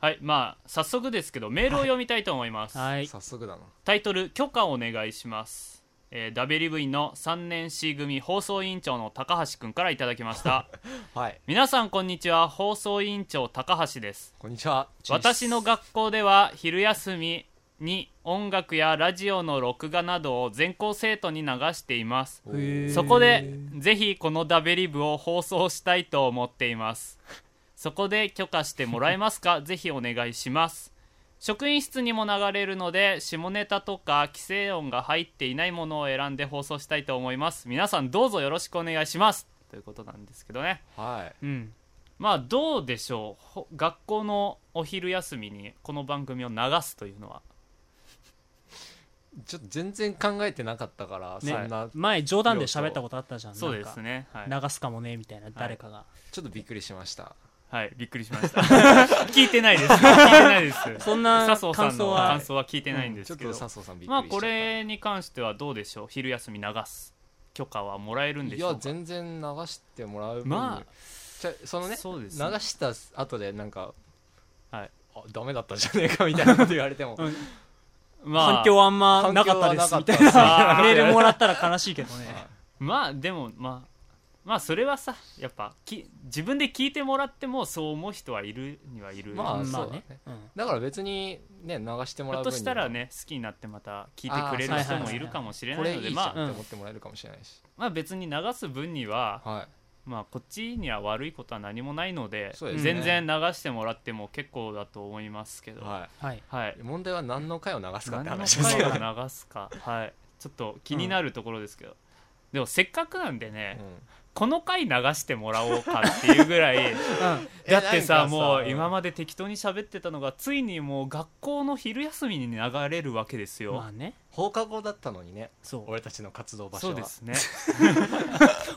はいまあ早速ですけどメールを読みたいと思います、はい早速だなタイトル「許可お願いします」えー、WV 委員の3年 C 組放送委員長の高橋くんからいただきました はい皆さんこんにちは放送委員長高橋ですこんにちは私の学校では昼休みに音楽やラジオの録画などを全校生徒に流していますおーそこでぜひこのダベリブを放送したいと思っていますそこで許可してもらえます かぜひお願いします職員室にも流れるので下ネタとか規制音が入っていないものを選んで放送したいと思います皆さんどうぞよろしくお願いしますということなんですけどねはいうんまあどうでしょうほ学校のお昼休みにこの番組を流すというのはちょっと全然考えてなかったから、ねそんな前冗談で喋ったことあったじゃんそうですねはないんか流すかもねみたいな誰かがちょっとびっくりしましたはい、びっくりしました。 聞いてないです。聞いてないです。 そんな笹生さん感想のは感想は聞いてないんでちすょっけどと。笹生さんびっくりしちゃまっあ、たこれに関してはどうでしょう。昼休み流す許可はもらえるんでいしょうやか。全然流してもらう分にまあじゃそのねそうで流すねした後でなんかはいあダメだったじゃねえかみたいなこと言われて もまあ、反響あんまなかったですみたい反響なはかなったメールもらったら悲しいけどねまあ、でも、まあ。まあそれはさやっぱき自分で聞いてもらってもそう思う人はいるにはいるまあうんそうだねうんだから別にね流してもひらょうっと分にしたらね好きになってまた聞いてくれあるー人はいはいもはいいるかもしれこないれのいいでじまゃんっあてうん思ってもらえるかもしれないし、まあ別に流す分にははいまあこっちには悪いことは何もないのでそうですね全然流してもらっても結構だと思いますけど、ははいはいいい、問題は何の回を流すか何っての話ですよね、回を流すか、はい、ちょっと気になるところですけど、でもせっかくなんでね、 この回流してもらおうかっていうぐら いだってさもう今ままで適当に喋ってたのがついにもう学校の昼休みに流れるわけですよ、まあね放課後だったのにねそう俺たちの活動場そ所はうですね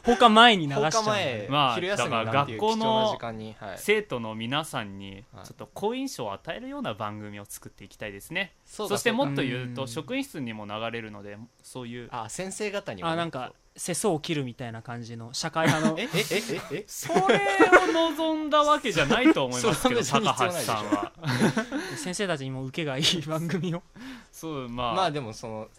他前に流しち放ゃ課うんだよ前、ねまあ昼休みだなんからていう学校貴の重な時間に、はい、生徒の皆さんにはいちょっと好印象を与えるような番組を作っていきたいですね、そそしてもっと言ううとん職員室にも流れるのでそういうあ先生方にもねあなんか世相を切るみたいな感じの社会派のえええええそれを望んだわけじゃないと思いますけど そんな高別に必要橋ないでしょさんは先生たちにも受けがいい番組をそうまあ、まあでもその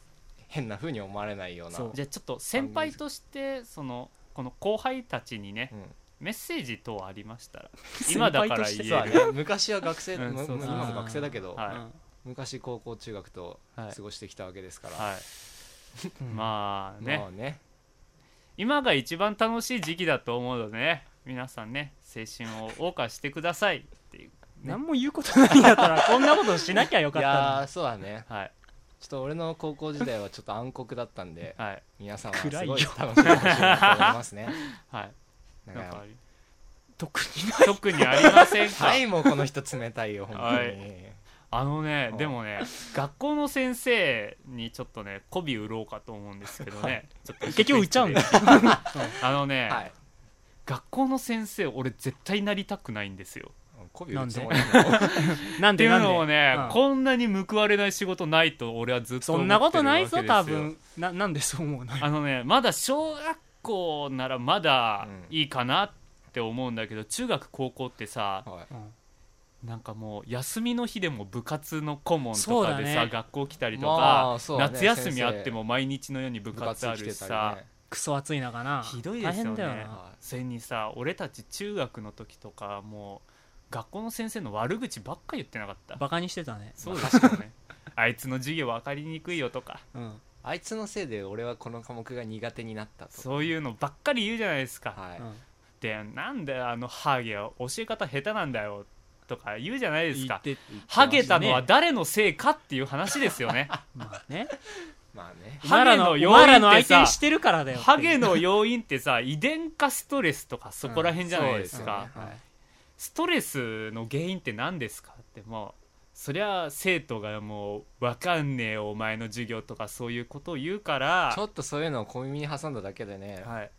変な風に思われないようなそうじゃあちょっと先輩としてそのこの後輩たちにねうんメッセージ等ありましたら先今だ輩とからして言そうえだる、ね昔は学生、うんむそうそう今も学生だけど、はい昔高校中学とはい過ごしてきたわけですから、はいうんまあね、まあね今が一番楽しい時期だと思うのでね皆さんね青春を謳歌してくださいっていう何も言うことないんだったらこんなことしなきゃよいかったやのーそうだねはいちょっと俺の高校時代はちょっと暗黒だったんではい皆さんはすごい暗いよ楽しみにしてほしいなと思いま すねはいななんんかあかり特に特にありません か、はいもうこの人冷たいよ本当に、はあのねうんでもね学校の先生にちょっとね媚び売ろうかと思うんですけどね、はいちょっと結局売っちゃうんだよ あのね、はい学校の先生俺絶対なりたくないんですよ媚び打つもんねもうなんっていでうなんのもでね、うんこんなに報われない仕事ないと俺はずっとそ思っんてるなわこけでとすよないぞ多分ななんでそう思うのあのねまだ小学校ならまだいいかなって思うんだけど、中学高校ってさはいなんかもう休みの日でも部活の顧問そとうかだでねさ、学校来たりとか、まあそうだね夏休みあっても毎日のよう に部部活活あ来るしてさ、たりねクソ暑い中なひどいですよね大変だよなはいそれにさ俺たち中学の時とかもう学校の先生の悪口ばっか言ってなかったバカにしてたねそうですよねあいつの授業分かりにくいよとかうんあいつのせいで俺はこの科目が苦手になったとそういうのばっかり言うじゃないですか、はい、うんでなんであのハゲは教え方下手なんだよとか言うじゃないです言かってハゲたのは誰のせいかっていう話ですよ ねまあ ねまあねお前らのハおゲの要因ってさ前らの相手にしてるからだよっていうハゲの要因って さ遺伝かストレスとかそこら辺じゃないですか、うんそうですよねはいストレスの原因って何ですかってもうそりゃ生徒がもう分かんねえお前の授業とかそういうことを言うからちょっとそういうのを小耳に挟んだだけでね、はい、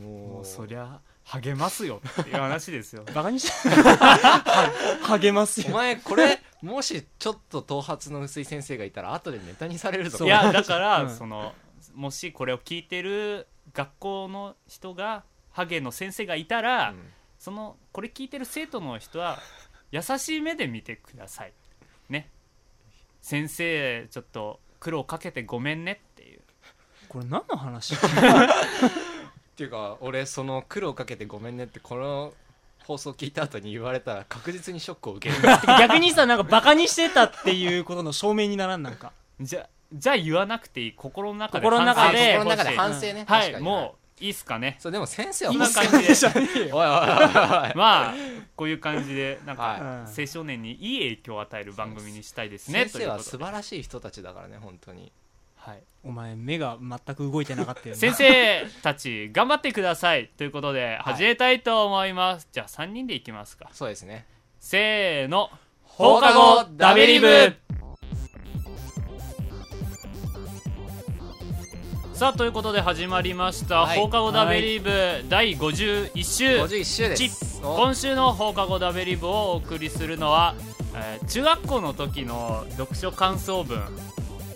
もうもうそりゃ励ますよっていう話です よバカにして励ますおよ前これもしちょっと頭髪の薄い先生がいたら後でネタにされるぞいやだかうらんそのもしこれを聞いてる学校の人がハゲの先生がいたら、うんそのこれ聞いてる生徒の人は優しい目で見てくださいね先生ちょっと苦労かけてごめんねっていうこれ何の話 っていうか俺その苦労かけてごめんねってこの放送聞いた後に言われたら確実にショックを受ける逆にさなんかバカにしてたっていうことの証明にならんなんかじゃじゃあ言わなくていい心の中で心の中反で省心の中でして反省ね、は確かいにもういいっすかねそうでも先生はこんもうな感じでおいおいおいおいまあこういう感じでなんかはい青少年にいい影響を与える番組にしたいですね先生というはこと素で晴らしい人たちだからね本当にはいお前目が全く動いてなかったよね先生たち頑張ってくださいということで始めたいと思います、じゃあ3人でいきますかそうですねせーの放課後ダベリブさあということで始まりました、はい放課後ダベリブ第51週51週ですお今週の放課後ダベリブをお送りするのは、えー中学校の時の読書感想文、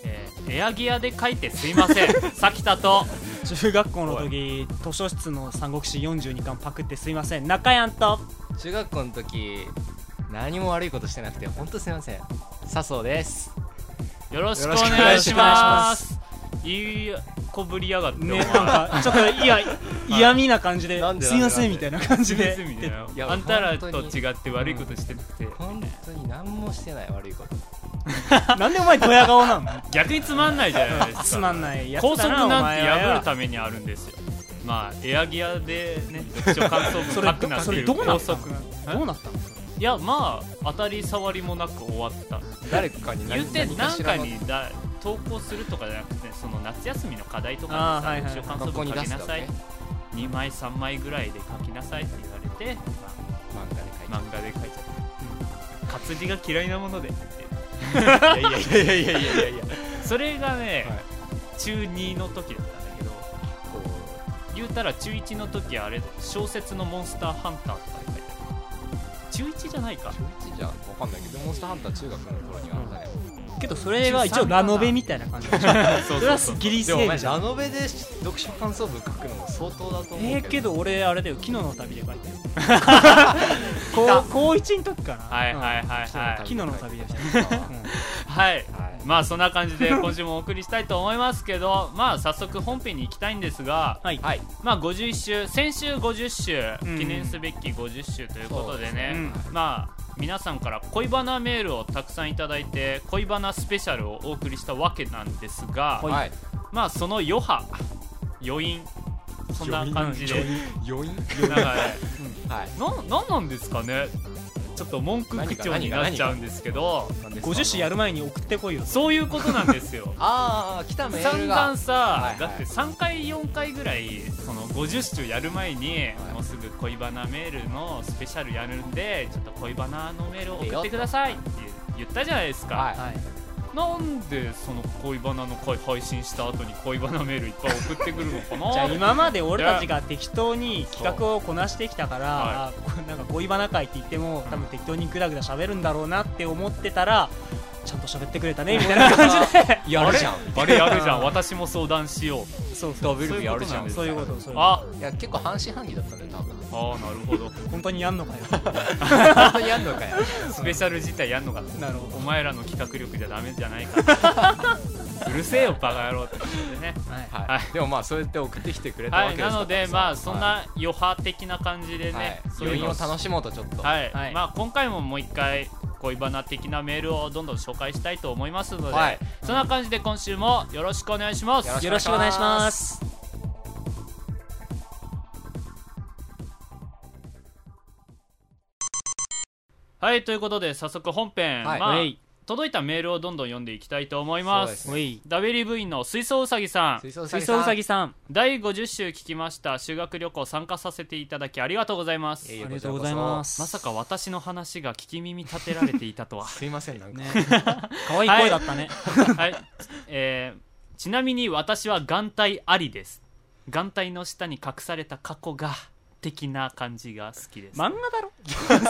えーエアギアで書いてすいません さきたと中学校の時図書室の「三国志42巻」パクってすいません中やんと中学校の時何も悪いことしてなくて本当すいません笹生ですよろしくおよろしくお願願いいししまますいいこぶりやがって、ねお前なんかちょっといや嫌味な感じでなん「ですいません」みたいな感じでで みたいないやあんたらと本当に違って悪いことしてなくて、本当に何もしてない悪いことなんでお前ドヤ顔 なの逆につまんないじゃないですかつまんない やつ高だ速なおなんて前破るはためにあるんですよまあエアギアでね読書感想そ文書くなれってそいれうどうな高った速のどうなったのいやまあ当たり障りもなく終わった誰かに言っ何て何か何しからのにだ投稿するとかじゃなくてその夏休みの課題とかあにーさはいはい読書感想学校文に書出きすなからさいね2枚3枚ぐらいで書きなさいって言われて、ま漫画で書あ、漫画いてで書いちゃった、活字が嫌いなものでっていやいやいやいやいやいやいやそれがね、は中2の時だったんだけどこ言うたら中1の時あれ小説の「モンスターハンター」とかで書いてある中1じゃない かう中一じゃわかんないけどモンスターハンター中学の頃にはあったねけどそれは一応ラノベみたいな感じでしょ そそれはすっきりでセもおー前ルじゃラんノベで読書感想文書くのも相当だと思うえー、けどど俺あれだよ昨日の旅で書いたよ高高一の時かなはいはいはい昨日のは昨い日の旅でしたははいいまあそんな感じで今週もお送りしたいと思いますけど まあ早速本編に行きたいんですがはいはいまあ51週先週50う週ん記念すべき50週ということでね、そうですまあ皆さんから恋バナメールをたくさんいただいて恋バナスペシャルをお送りしたわけなんですが、はいまあその余波余韻そんな感じで余韻余韻なんかねはい なんなんなんですかねちょっと文句口調になっちゃうんですけど50種やる前に送ってこいよそういうことなんですよああ来たメー散ルが々さ、いはいだって3回4回ぐらいその50種やる前に、はいもうすぐ恋バナメールのスペシャルやるんでちょっと恋バナのメールを送ってくださいって言ったじゃないですか、はいはいなんでその恋バナの回配信した後に恋バナメールいっぱい送ってくるのか なじゃあ今まで俺たちが適当に企画をこなしてきたから、はあなんか恋バナ会って言っても多分適当にグダグダ喋るんだろうなって思ってたらちゃんと喋ってくれたね みたいな感じでやるじゃんあれやるじゃん私も相談しようそうそダうブルブやるじゃんそういうことそういうこあいや結構半信半疑だったんだよ多分あーなるほどと本当にやんのかよ本当にやんのかよスペシャル自体やんのか なるほどお前らの企画力じゃダメじゃないか うるせえよバカ野郎ってことでねはいははいでもまあそうやって送ってきてくれたわはけいですなのでまあそんはな余波的な感じでいはいねそうい余う韻のを楽しもうとちょっとはい、はいまあ今回ももう一回恋バナ的なメールをどんどん紹介したいと思いますので、はいそんな感じで今週もよろしくお願いしますよろよろしくお願いしますはいということで早速本編、はいまあおい届いたメールをどんどん読んでいきたいと思いまそうですすおい WV 員の水槽うさぎさん水槽うさ水ぎさ槽んうさぎさん第50週聞きました修学旅行参加させていただきありがとうございますいえいえありがとうございますまさか私の話が聞き耳立てられていた とはすいませんなんかね可愛い声だったね、はい、えーちなみに私は眼帯ありです眼帯の下に隠された過去が的な感じが好きです漫画だろ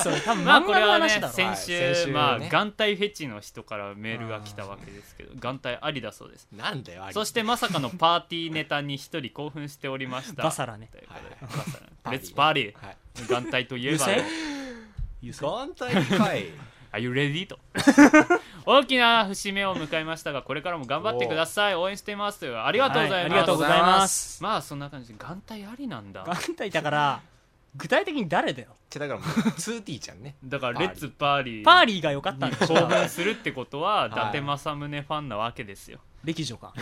それ多分まあ漫こ画れのはね話だろ、先週,、はい先週ねまあ眼帯フェチの人からメールが来たわけですけど眼帯ありだそうですなんだよあれそしてまさかのパーティーネタに一人興奮しておりましたバサラねというこはいとでバサラパーティーレッツパーリーはい眼帯といえばうる優勢団体かい Are you ready? と大きな節目を迎えましたがこれからも頑張ってください応援していますというありがとうございます、はありがとうございますまあそんな感じで眼帯ありなん だ眼帯だから具体的に誰だよじゃあだからもう 2D ちゃんねだからレッツパーリーパーリーが良かったんにでしょ興奮するってことは伊はい達政宗ファンなわけですよ歴女か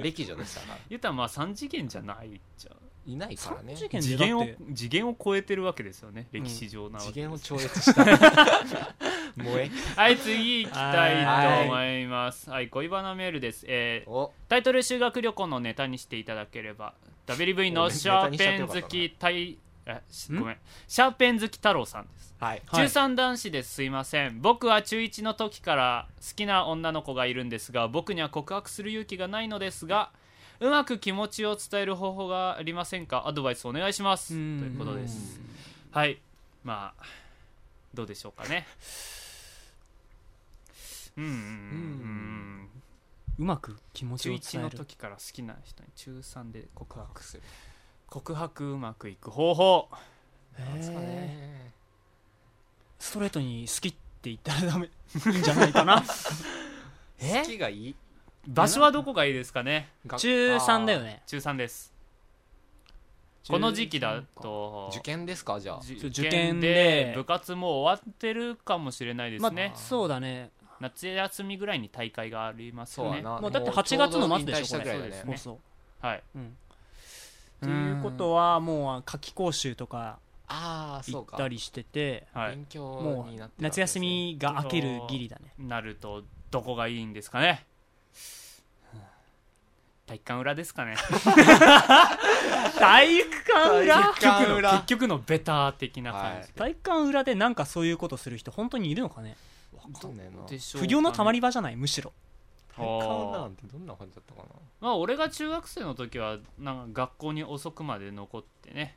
歴女でしたから言ったらまあ3次元じゃないじゃんいないからね三次元次次元元をを次元を超えてるわけですよね歴史上なわけ次です、元を超越した 萌えはい次行きたいと思いますはい、恋バナメールです、えーおタイトル修学旅行のネタにしていただければ WV のシャーペン好きたいえしんごめんシャーペン好き太郎さんです、はいはい中3男子ですすいません僕は中1の時から好きな女の子がいるんですが僕には告白する勇気がないのですがうまく気持ちを伝える方法がありませんかアドバイスお願いしますとうんいうことですはいまあどうでしょうかねうんうんうんうまく気持ち中を1伝えのる時から好きな人に中3で告白する告白うまくいく方法へーねストレートに好きって言ったらダメいいんじゃないかな好きがいい場所はどこがいいですかねが中3だよね中3です中この時期だと受験ですかじゃあじそう受験受験でで部活も終わってるかもしれないですねまあ、そうだね夏休みぐらいに大会がありますそうよやねなもうだってもう8月の末でしょちょうど引退したぐらいだねこれそうですね放送はいうんということはもう夏季講習とかああ行そうっかたりしててはい勉強もになっうて夏休みが明けるギリだ ねなるとどこがいいんですかね体育館裏ですかね体育館裏結局の結局のベター的な感じで、体育館裏でなんかそういうことする人本当にいるのかねわかんねえなでしょうかね不良のたまり場じゃないむしろ体育館なんてどんな感じだったかなまあ俺が中学生の時はなんか学校に遅くまで残ってね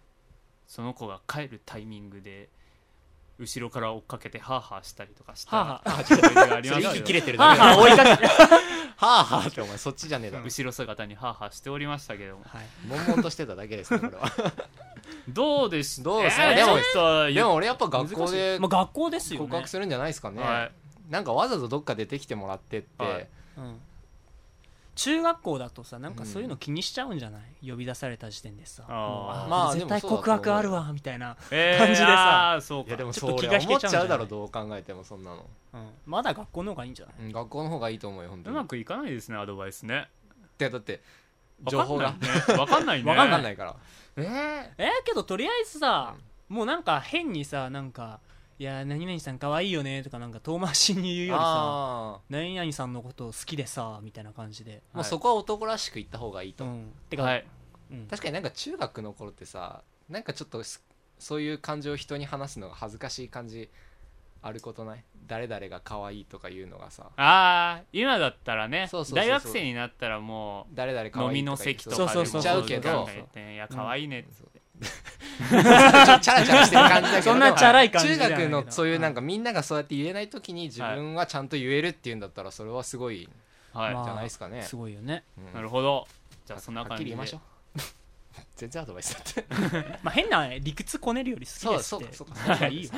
その子が帰るタイミングで後ろから追っかけてハーハーしたりとかしたハ思い出がありまそすれけ息ど切れてるはだけだあはあよ追いかけ はあはあってお前そっちじゃねえだ ろ後ろ姿にハーハーしておりましたけどもはい悶々としてただけですねこれはどうでしたどうですえーでもちょっとでも俺やっぱ学校でまあ学校ですよね告白するんじゃないですかねはいなんかわざとどっか出てきてもらってっはいてうん中学校だとさなんかそういうの気にしちゃうんじゃない呼び出された時点でさあーもうーまあ絶対告白あるわみたいなえー感じでさあーそういかやでもちょっとそ気れが引思っけちゃうんちじゃゃないうだろどう考えてもそんなのうんまだ学校の方がいいんじゃないうん学校の方がいいと思うよ本当うにまくいかないですねアドバイスねでだってわ情かん報ないがねわかんないねわかんないいから えー、けどとりあえずさもうなんか変にさなんか「いやー何々さん可愛いよね」とかなんか遠回しに言うよりさあ「何々さんのこと好きでさ」みたいな感じであもうそこは男らしく行った方がいいとう思うんてか、はいうん確かになんか中学の頃ってさなんかちょっとすそういう感情を人に話すのが恥ずかしい感じあることない誰々が可愛いとか言うのがさああ今だったらねそうそうそうそう大学生になったらもう誰々可愛い飲みの席とかでそうもそ言うそうっちゃうけど考えていや可愛いねってそうチャラチャラしてる感じだけどそんなチャラい感じ中じゃないけど学のそういうなんかみんながそうやって言えない時に自分はちゃんと言えるっていうんだったらそれはすごいはい、まあじゃないですかねすごいよね、うんなるほどじゃあそんなはっ感じきでり言いましょう 全然アドバイスだってまあ、変な理屈こねるより好きそう ですそっうてかそうかなんかいいよ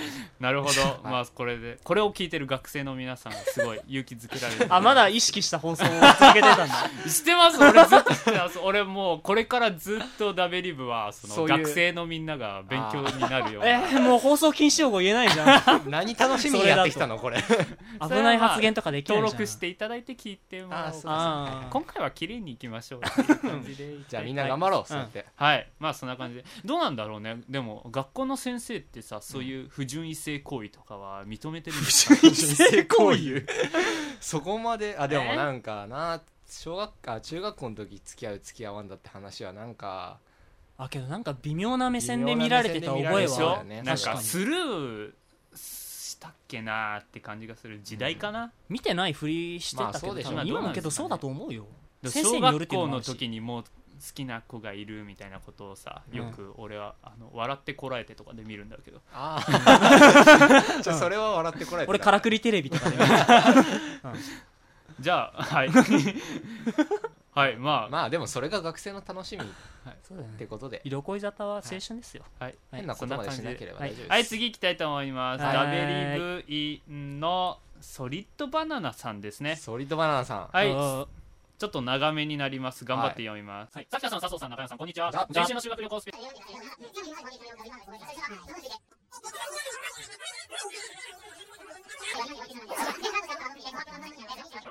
なるほ ど、まあこれでこれを聞いてる学生の皆さんがすごい勇気づけられるあまだ意識した放送を続けて たんだしてます俺ずっとしてます俺もうこれからずっとダベリブはそのそういう学生のみんなが勉強になるようえなー、もう放送禁止用語言えないじゃん 何楽しみにやってきたのこれと危ない発言とかできないじゃん登録していただいて聞いてもらあおうそうかあ今回は綺麗にいきましょうっていう感じでいきたいじゃあみんな頑張ろうそうやってはいまあそんな感じでどうなんだろうねでも学校の先生ってさそういう不純異性行為とかは認めてるんですか性行為そこまであでえもなんかな小学あ中学校の時付き合う付き合わんだって話はなんかああけどなんか微妙な目線で見られてた覚微妙なえ目で線しで見らょれてたはよねなん確かかにスルーしたっけなーって感じがする時代かな、見てないふりしてたけまあそど、うでしょ多分まあどう今なんですかもねけどそうだと思うよで先生小によるっ学ていう校のもあのるし時にもう好きな子がいるみたいなことをさうんよく俺は、あの笑ってこらえてとかで見るんだけどあ あ じゃあそれは笑ってこられて俺からくりテレビとかで じゃあはいはいまあまあでもそれが学生の楽しみっそうだよてねことで色恋沙汰は青春ですよ、はいはい変なことまでしなければ大丈夫です、はい次行きたいと思いますはいダベリブイのソリッドバナナさんですねソリッドバナナさん、はいあちょっと長めになります頑張って読みますはいさきさん佐藤さん中山さんこんにちはあ先週の修学旅行スペシャル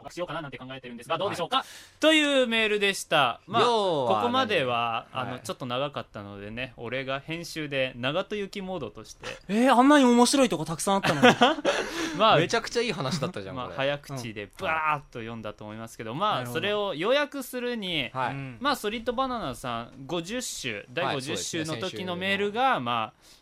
をしようかななんて考えてるんですがどうでしょうか、というメールでしたまあ要はこ何こまでは、はいあのちょっと長かったのでね俺が編集で長戸行きモードと してえー、あんなに面白いとこたくさんあったのにまめちゃくちゃいい話だったじあ、ゃん、まあ、これ早口でバーッと読んだと思いますけど、まなあるほそどれを要約するに、はい、うんまあソリッドバナナさん50週は第いそう50ですね週の時のメールが、まあ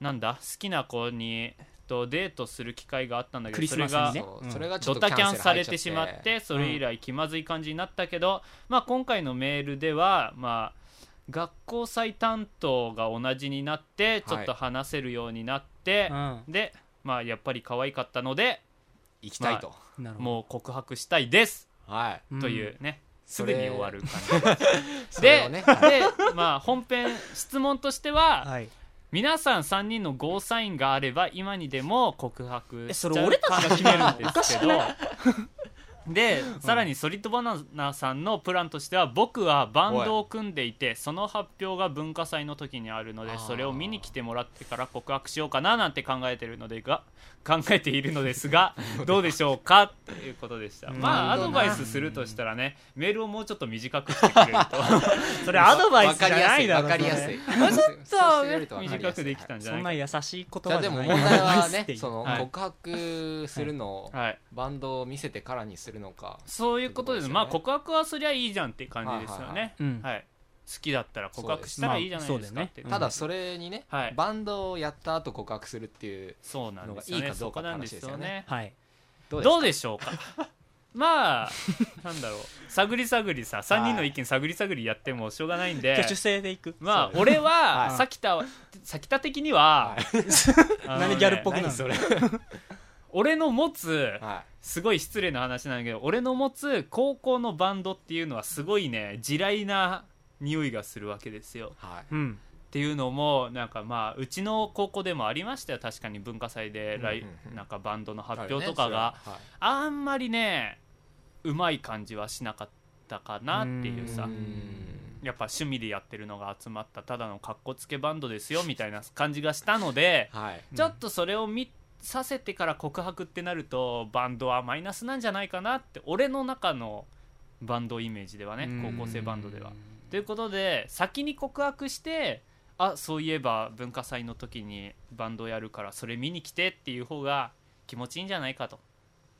なんだ好きな子にとデートする機会があったんだけクどリそスれマスにがねそううんそれがちょドっとタキャンされキャてンセしル入まっちゃってそれ以来気まずい感じになったけど、まあ、今回のメールでは、まあ、学校祭担当が同じになってちょっと話せるようになって、うで、まあ、やっぱり可愛かったので行きたいと、んなるほどもう告白したいです、はいんというねすそぐれに終わる感じそれで,、をねはいでまあ、本編質問としては、はい皆さん3人のゴーサインがあれば今にでも告白えしちそゃうれ俺たちが決めるんですけどでさらにソリッドバナナさんのプランとしては僕はバンドを組んでいてその発表が文化祭の時にあるのあでーそれを見に来てもらってから告白しようかななんて考えてるのでが 考えているのですがどうでしょうかということでしたまあなアるほドどなバイスするとしたらねメールをもうちょっと短くしてくれる とそれアドバイスじゃわないだろかりやすいそれわかりやすいそうしてみるとわかりや短すいくできたんじゃそんなない優しい言じゃ葉あじでゃもない問題はアドバイスってねいうそのはい告白するのをかはいバンドを見せてからにするのかそういうことですそういうことですよねまあ告白はそりゃいいじゃんって感じですよはいはいはねうんはい好きだったら告白したらいいじゃないですかっていうまあただそれにね、はいバンドをやった後告白するっていうそうなんですよねのがいいかどそうかこってなんで話すですよよねねはいどうですどうでしょうかまあなんだろう探り探りさ3人の意見探り探りやってもしょうがないんで挙手制でいくまあそう俺ははい咲田咲田的にははいあのね何ギャルっぽくなる何それ俺の持つはすごい失礼な話なんだけど俺の持つ高校のバンドっていうのはすごいね地雷な匂いがするわけですよいはいうんっていうのもなんかまあうちの高校でもありましたよ確かに文化祭でライ、うんうんうんなんかバンドの発表とかが、あるねあんまりねうまい感じはしなかったかなっていうそれさははいやっぱ趣味でやってるのが集まったただのかっこつけバンドですよみたいな感じがしたので、はいちょっとそれを見させてから告白ってなるとバンドはマイナスなんじゃないかなって俺の中のバンドイメージではねうん高校生バンドでは。ということで先に告白してあそういえば文化祭の時にバンドやるからそれ見に来てっていう方が気持ちいいんじゃない かと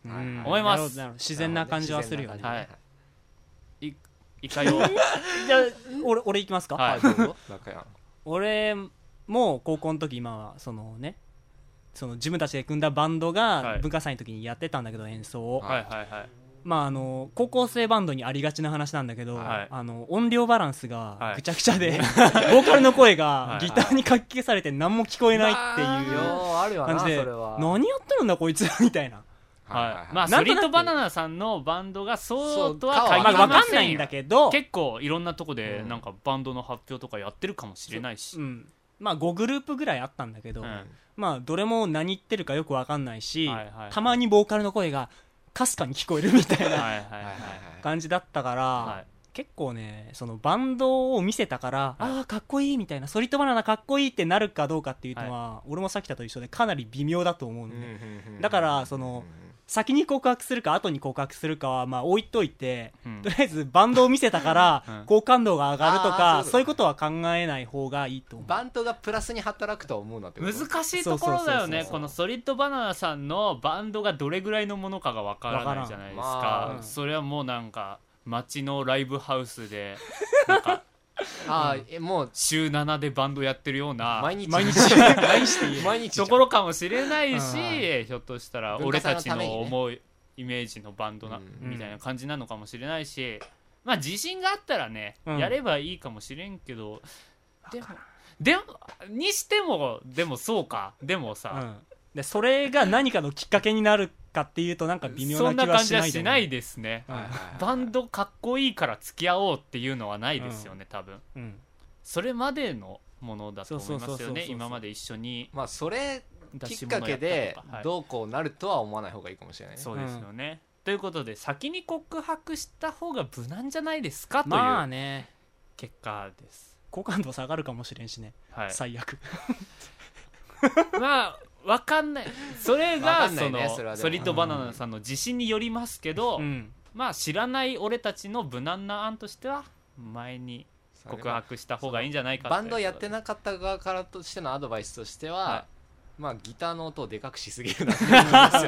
うんはい思いますなるほどなるほど自然な感じはするよねははいいいかようじゃあ俺俺いきますかはいどうぞ中 山俺も高校の時今はそのねその自分たちで組んだバンドはがい文化祭の時にやってたんだけど演奏を、ははいいはいはいまああの高校生バンドにありがちな話なんだけど、はいあの音量バランスはがいぐちゃぐちゃで、 ボーカルの声はがいギターにかき消されて何も聞こえないっていうようあるわ感なじそれでは何やってるんだこいつらみたいなはい、まあなソんとリなくッドバナナさんのバンドがそうとはそう限まあり分まかんせないんんだよけど、結構いろんなとこでうんなんかバンドの発表とかやってるかもしれないし、うん、まあ5グループぐらいあったんだけど、うんまあどれも何言ってるかよく分かんないし、はいはいたまにボーカルの声がかすかに聞こえるみたいなはいはいはいはいはい感じだったから、はい結構ねそのバンドを見せたから、ああかっこいいみたいなソリッドバナナかっこいいってなるかどうかっていうのは、俺もさきたと一緒でかなり微妙だと思うのね、はいだからその先に告白するか後に告白するかはまあ置いといて、うんとりあえずバンドを見せたから、うん好感度が上がるとあかーそうだねそういうことは考えない方がいいと思うバンドがプラスに働くと思うなってこと難しいところだよそうそうそうねそうこのソリッドバナナさんのバンドがどれぐらいのものかがわからわなからいんじゃないですか、まあそれはもうなんか街のライブハウスでなんかああえもう週7でバンドやってるような毎日毎 日毎日って毎日じゃとんころかもしれないし、うんひょっとしたら文俺化た祭のちためにねの思うイメージのバンドな、うんみたいな感じなのかもしれないし、まあ自信があったらね、うんやればいいかもしれんけどでもでもにしてもでもそうかでもうさ、ん、でそれが何かのきっかけになるかっていうとなんか微妙そなん気なは感しじなはいでもしないですねうんバンドかっこいいから付き合おうっていうのはないですよね、多分うんそれまでのものだと思いそまうすそうそうよそうそうねそう今まで一緒にまあそれ出きしっ物かやけったりでとかはいどうこうなるとは思わない方がいいかもしれないね、そうですよね、ということで先に告白した方が無難じゃないですかとまあいうね結果です、好感度下がるかもしれんしね、最悪はい、まあわかんないそれわがかんなそいねのそれはでもソリッドバナナさんの自信によりますけど、うんまあ知らない俺たちの無難な案としては前にそうね告白した方がいいんじゃないかバンドやってないなかった側からとしてのアドバイスとしては、はまあギターの音をでかくしすぎるな って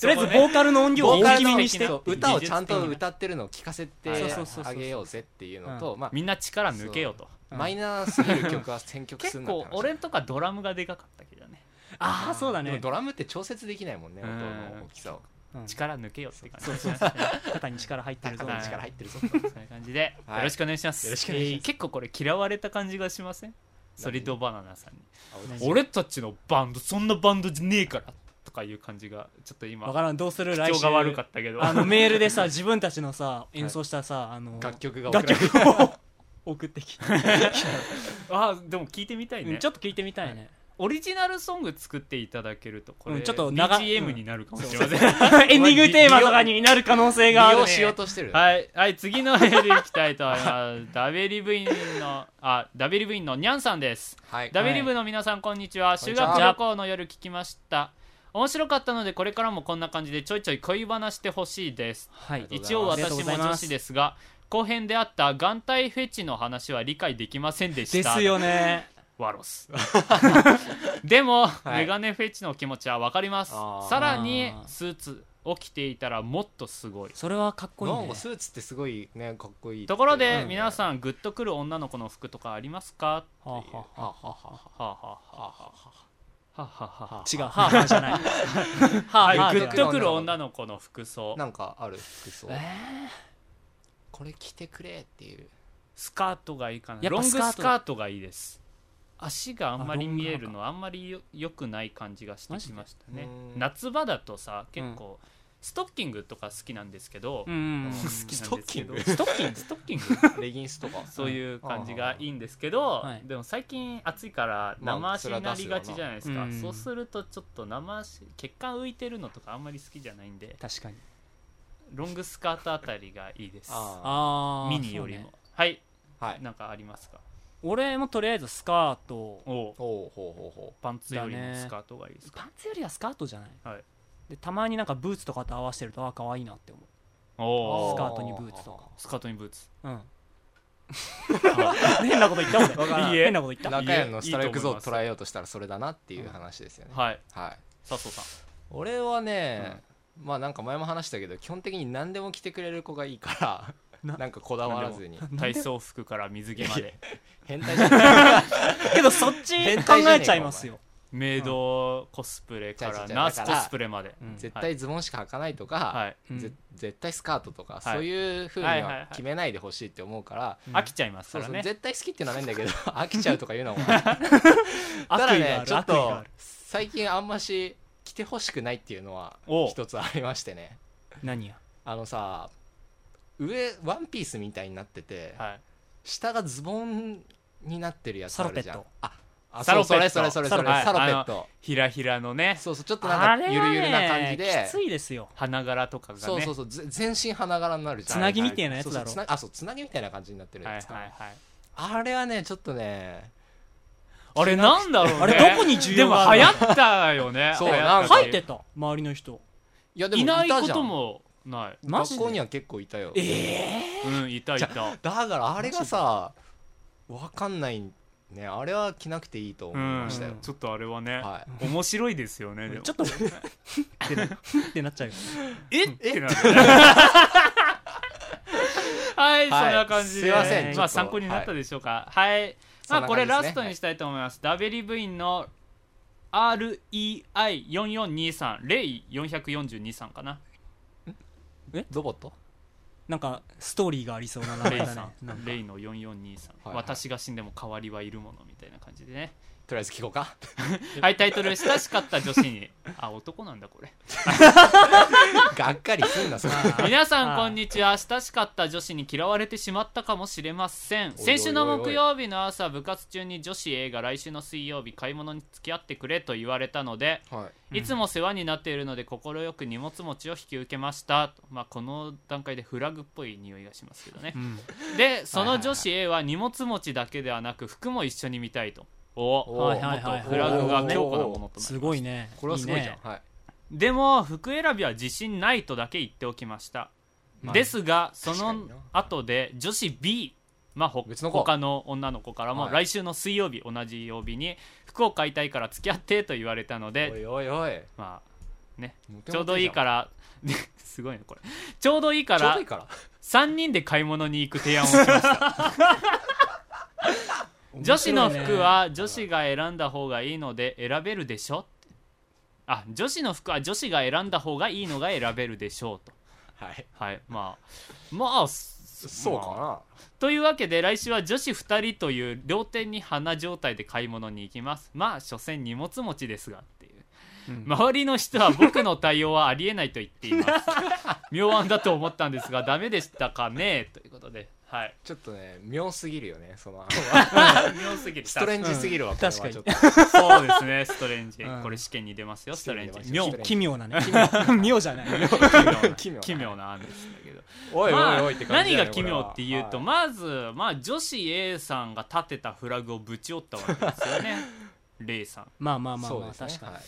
とりあえずボーカルの音量をボーカ大ルきのめにしてそうね歌をちゃんと歌ってるのを聞かせてはいそうそうそうそうあげようぜっていうのと、まみんな力抜けよとあ、うんマイナーすぎる曲は選曲結するなって構話俺とかドラムがでかかったけどねああそうだでもねドラムって調節できないもんねう音んの大きさをうん力抜けよって感じそうそうそう肩に力入ってる高ぞはいさに力入ってるぞそういう感じで、はいよろしくお願いします。よろしくお願いしますえー結構これ嫌われた感じがしませんソリッドバナナさんに。何俺たちのバンド、そんなバンドじゃねえからとかいう感じが、ちょっとわ今、からんどうする口来調週が悪かったけど。あ のメールでさ自分たちのさ演奏したさあの楽曲が送ら楽れる曲を送ってきてあーでも聞いてみたいね、うんちょっと聞いてみたいねオリジナルソング作っていただけるとこれ、うんちょっと長 BGM になるかもしれません、エンディングテーマとかになる可能性利がある、ね、用しようとして るはい、はい、次のメールいきたいと思いますダベリブインのあダベリブインのニャンさんですはいダビリブの皆さんこんにちはこん修にちは学旅行の夜聞きました面白かったのでこれからもこんな感じでちょいちょい恋話してほしいですはいりが一とう応ございます私も女子ですが後編であった眼帯フェチの話は理解できませんでしでたすよねワロスでも、いメガネフェチの気持ちは分かりますあーさらにスーツを着ていたらもっとすごいそれはかっこいいなんねかスーツってすごいねかっこいいところで、うん皆さんグッとくる女の子の服とかありますかはあはあはははははあはあはあはあはあはああ違うはあはあじゃ ないはあはあはい、でグはッとくる女の子の服装なんかある服装えこれ着てくれっていうスカートがいいかなやっロンぱグススカートカートがいいです足があんまりあロン見グ派えかるのあんまりよ良くない感じがしてきましたマジねでうーん夏場だとさ結構、ストッキングとか好きなんですけど、ーう ん好きなんですけどスストッキングストッキングレギンスとか そういう感じがいいんですけど、はいでも最近暑いからまあ生足になりがちじゃないですか、それは出すよそうなするとちょっと生足血管浮いてるのとかあんまり好きじゃないんで確かにロングスカートあたりがいいですあああミニよりも、はいはいなんかありますか俺もとりあえずスカートおほうほうほうほパンツよりだもねスカートがいいですか、パンツよりはスカートじゃない、はいでたまになんかブーツとかと合わせてるとああ可愛いなって思おうースカートにブーツとかスカートにブーツううん 変なこと言ったわから俺んいいえ変なこと言った中谷のストライクゾーいいンと思いま捉すえようとしたらそれだなっていう話ですよね、はいはい佐藤さん俺はね、まあなんか前も話したけど基本的に何でも着てくれる子がいいから ななんかこだわらずに体操服から水着まいやで 変態じゃないけどそっち変態考じゃねえかえちゃいますよメイドコスプレか違う違らう違うナースコスプレまでうん絶対ズボンしか履かないとか、はいうんぜ絶対スカートとか、いそういうふうにはいはいはいは決めないでほしいって思うから、うん飽きちゃいますかそうらそう、ね絶対好きっていうのはないんだけど飽きちゃうとかいうのもた悪だ意があねるちょっ悪意がとある最近あんまし着てほしくないっていうのはおう一つありましてね何やあのさ上ワンピースみたいになってて、はい下がズボンになってるやつあるじゃんサロああサロペットそうそれそれそれそれはいサロペット、ひらひらのねそうそうちょっとなんかゆるゆるな感じで、あれはねきついですよ花柄とかがねそうそうそうぜ全身花柄になるじゃんつなぎみたいなやつだろそうそうつなあそうつなぎみたいな感じになってるはいやはいつか、はいあれはねちょっとねあれなんだろうねあれどこに需で要もがあ流るの行ったよねそう流行ったなんか入ってた周りの人いやでもいいたなじいゃんこともないマジで学校には結構いたようんいたいただからあれがさわかんないねあれは着なくていいと思ういんましたよ、ちょっとあれはねはい面白いですよねでもちょっ とってなってなっちゃうよえってなる はい、はいそんな感じで。すいませんちょっとまあ、参考になったでしょうか。はい。まあ、これそんなラ感じですねストにしたいと思います。ダベリ部員の REI4423、レイ442さんかな。ロボットなんかストーリーがありそうな名レ前イださねなんん。レイの4423、はい私が死んでも代わりはいるものみたいな感じでね。とりあえず聞こうかはい、タイトル、親しかった女子に。あ、男なんだ、これ。がっかりすんなそれ皆さんはいこんにちは親しかった女子に嫌われてしまったかもしれませんおい先週の木曜日の朝部活中に女子 A が来週の水曜日買い物に付き合ってくれと言われたのではいうんいつも世話になっているので快く荷物持ちを引き受けましたとまあこの段階でフラグっぽい匂いがしますけどねうんでその女子 A は荷物持ちだけではなく服も一緒に見たいとおはいはいはいはい元フラグが強固なものとなりますすごいねこれはすごいじゃんねはいでも服選びは自信ないとだけ言っておきました、まあですがそ確かのにな後で女子 B まあ、ほ別の子他の女の子からも、はい来週の水曜日同じ曜日に服を買いたいから付き合ってと言われたのおでいおいおいまあモテモテじちゃんょうどいいからら すごいねこれちょうどいいかちょうらどいいから3人で買い物に行く提案をしました女子の服は女子が選んだ方がいいので選べるでしょってあ女子の服は女子が選んだ方がいいのが選べるでしょうとはいはいまあまあそそうまあかというわけで来週は女子2人という両手に花状態で買い物に行きますまあ所詮荷物持ちですがっていう、うん周りの人は僕の対応はありえないと言っています 妙案だと思ったんですがダメでしたかねということで はいなちょっとね妙すぎるよねそ の妙すぎるストレンジすぎるわうんこれは確かにちょっとそうですねストレンジ、うんこれ試験に出ますよストレンジ試験に出妙ます奇よ奇妙なね妙じゃない妙な奇妙な奇妙な案でしたけどおいおいまおあいって感じ何だよがね奇妙っていうと、これはまず、まあ、女子 A さんが立てたフラグをぶち折ったわけですよねレイさまあまあはいまあそうまあですね確かにはいん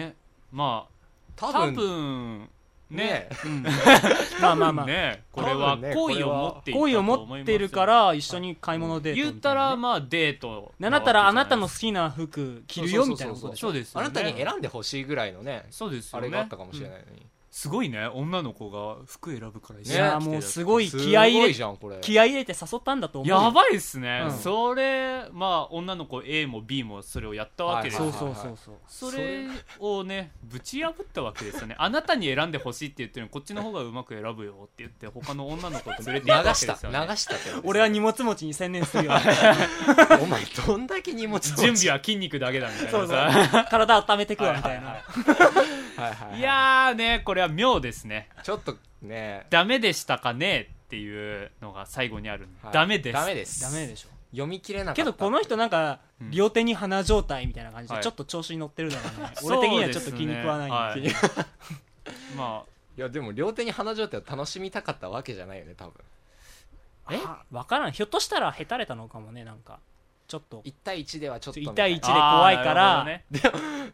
ねまあ多多分分ねねうんまあまあまあねこれは多分ね好意を持っていたと好思います意よを持ってるから一緒に買い物デート言っみたいなねらまあデートなんだったらあなたのそ好きな服着るよみたいなことでしょうですよあねなたに選んでほしいぐらいのねそうですあよれがあっねたかもしれないのにすごいね女の子が服選ぶから一緒にい来てるややつもうすごいすご気合い入いれじゃんこれ気合い入れて誘ったんだと思うよやばいっすね、うんそれまあ女の子 A も B もそれをやったわけですよ、そうそうそうそうそれをねぶち破ったわけですよ ねあなたに選んでほしいって言ってるのにこっちの方がうまく選ぶよって言って他の女の子と連れ流て行くわけしでたすよ ね流したけど俺は荷物持ちに専念するよお前どんだけ荷物持ち準備は筋肉だけだみたいなさそうそう体温めてくわみたいはいはなはいはいはいいやーねこれは妙ですねちょっとねダメでしたかねっていうのが最後にある、はいダメですダメですダメでしょ読み切れなかった けどこの人なんかうん両手に鼻状態みたいな感じはいでちょっと調子に乗ってるのがねそう俺的にはちょでっとすね気に食わないっていうまいやでも両手に花状態を楽しみたかったわけじゃないよね多分 え分からんひょっとしたらへたれたのかもねなんかちょっと1対1ではちょっとみ1たい対な1であ怖いかあーならる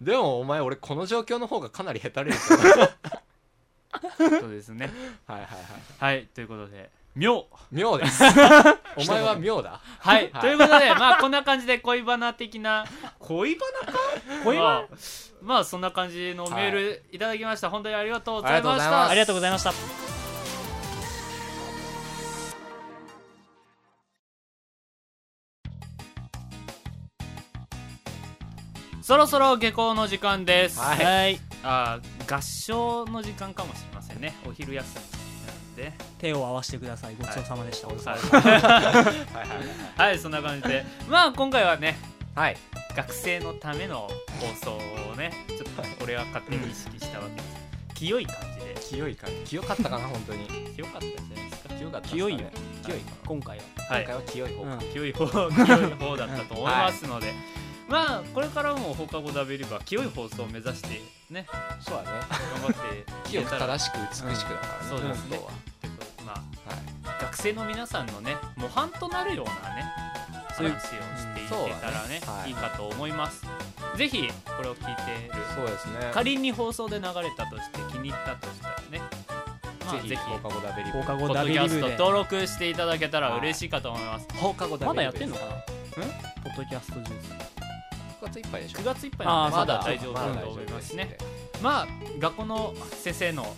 でもお前俺この状況の方がかなりへたれるよ ほどねそうですねはいはいはいはいということで妙妙 ですお前は妙だはい、はい ということで、まあ、こんな感じで恋バナ的な、恋バ恋バナまあ、そんな感じのメールいただきました。本当にありがとうございましナた。ありがとうございましたそろそろ下校の時間です。はいはいあー合唱の時間かもしれませんね。お昼休みなんで。手を合わせてくださいごちそうさまでした、お疲れは様いはいはいはい、そんな感じで。まあ、今回はね、はい学生のための放送をね、ちょっと俺は勝手に意識したわけです。清い感じで。清い感じ清かったかな本当に清かったんじゃないですか。清かったっすかね清いよ清いかな今回は、は今い回。は清い方うん、清い方清い方だったと思います ので、まあこれからも放課後ダビリバー清い放送を目指してねそう だね頑張ってい清けくたら正しく美しくだからねそうですね 本まあ当ははい学生の皆さんのね模範となるようなねそうい話うをしていけそうただらねねはいいいかと思います、ぜひこれを聞いているそうですね仮に放送で流れたとして気に入ったとしたらね、まあ、ぜひ放課後ダベリブ放課ポッ後ダドキビリャブストで登録していただけたら嬉しいかと思います、放課後ダベリブまだやってんのかなんポッドキャストジュース9月いっぱいでしょ9月いっぱいなんであーまだそう大丈夫だと思いますね、まあ学校の先生の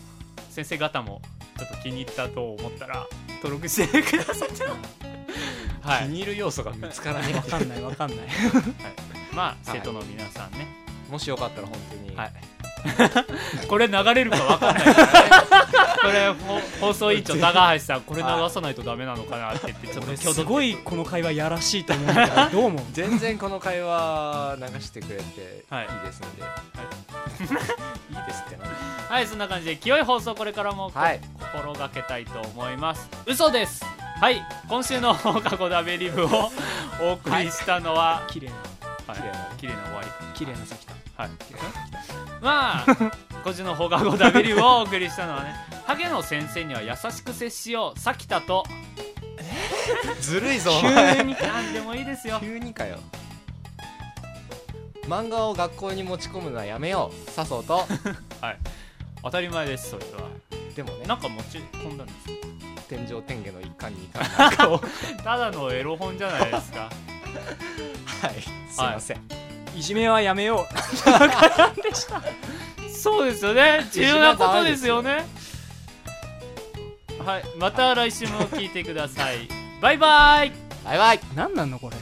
先生方もちょっと気に入ったと思ったら登録してくださいは気い、に入る要素が見つからねわかんないわかんないまあ生徒の皆さんね、もしよかったら本当にはい これ流れるか分かんないからねこれほ放送委員長高橋さんこれ流さないとダメなのかなって言ってちょっと俺挙す動ごいこの会話やらしいと思うんだけどどう思う 全然この会話流してくれていいはいですので、 い、いですってなはいそんな感じで清い放送これからもこ、はい心がけたいと思います嘘ですはい今週の放課後ダベリブをお送りしたのは、綺麗なはい綺麗な綺麗な終わり綺麗な咲田はいまあ今週の放課後ダベリブをお送りしたのはね 萩野先生には優しく接しようさきたとずるいぞお 前急に何でもいいですよ急にかよ漫画を学校に持ち込むのはやめよう笹 生と当たり前ですそれはでもねなんか持ち込んだんです天井天下の一貫にいかんはなんか おただのエロ本じゃないですかいすいません、いじめはやめよそうですよね重要なことですよねはいまた来週も聞いてくださいバイバイバイバイう何なんのこれ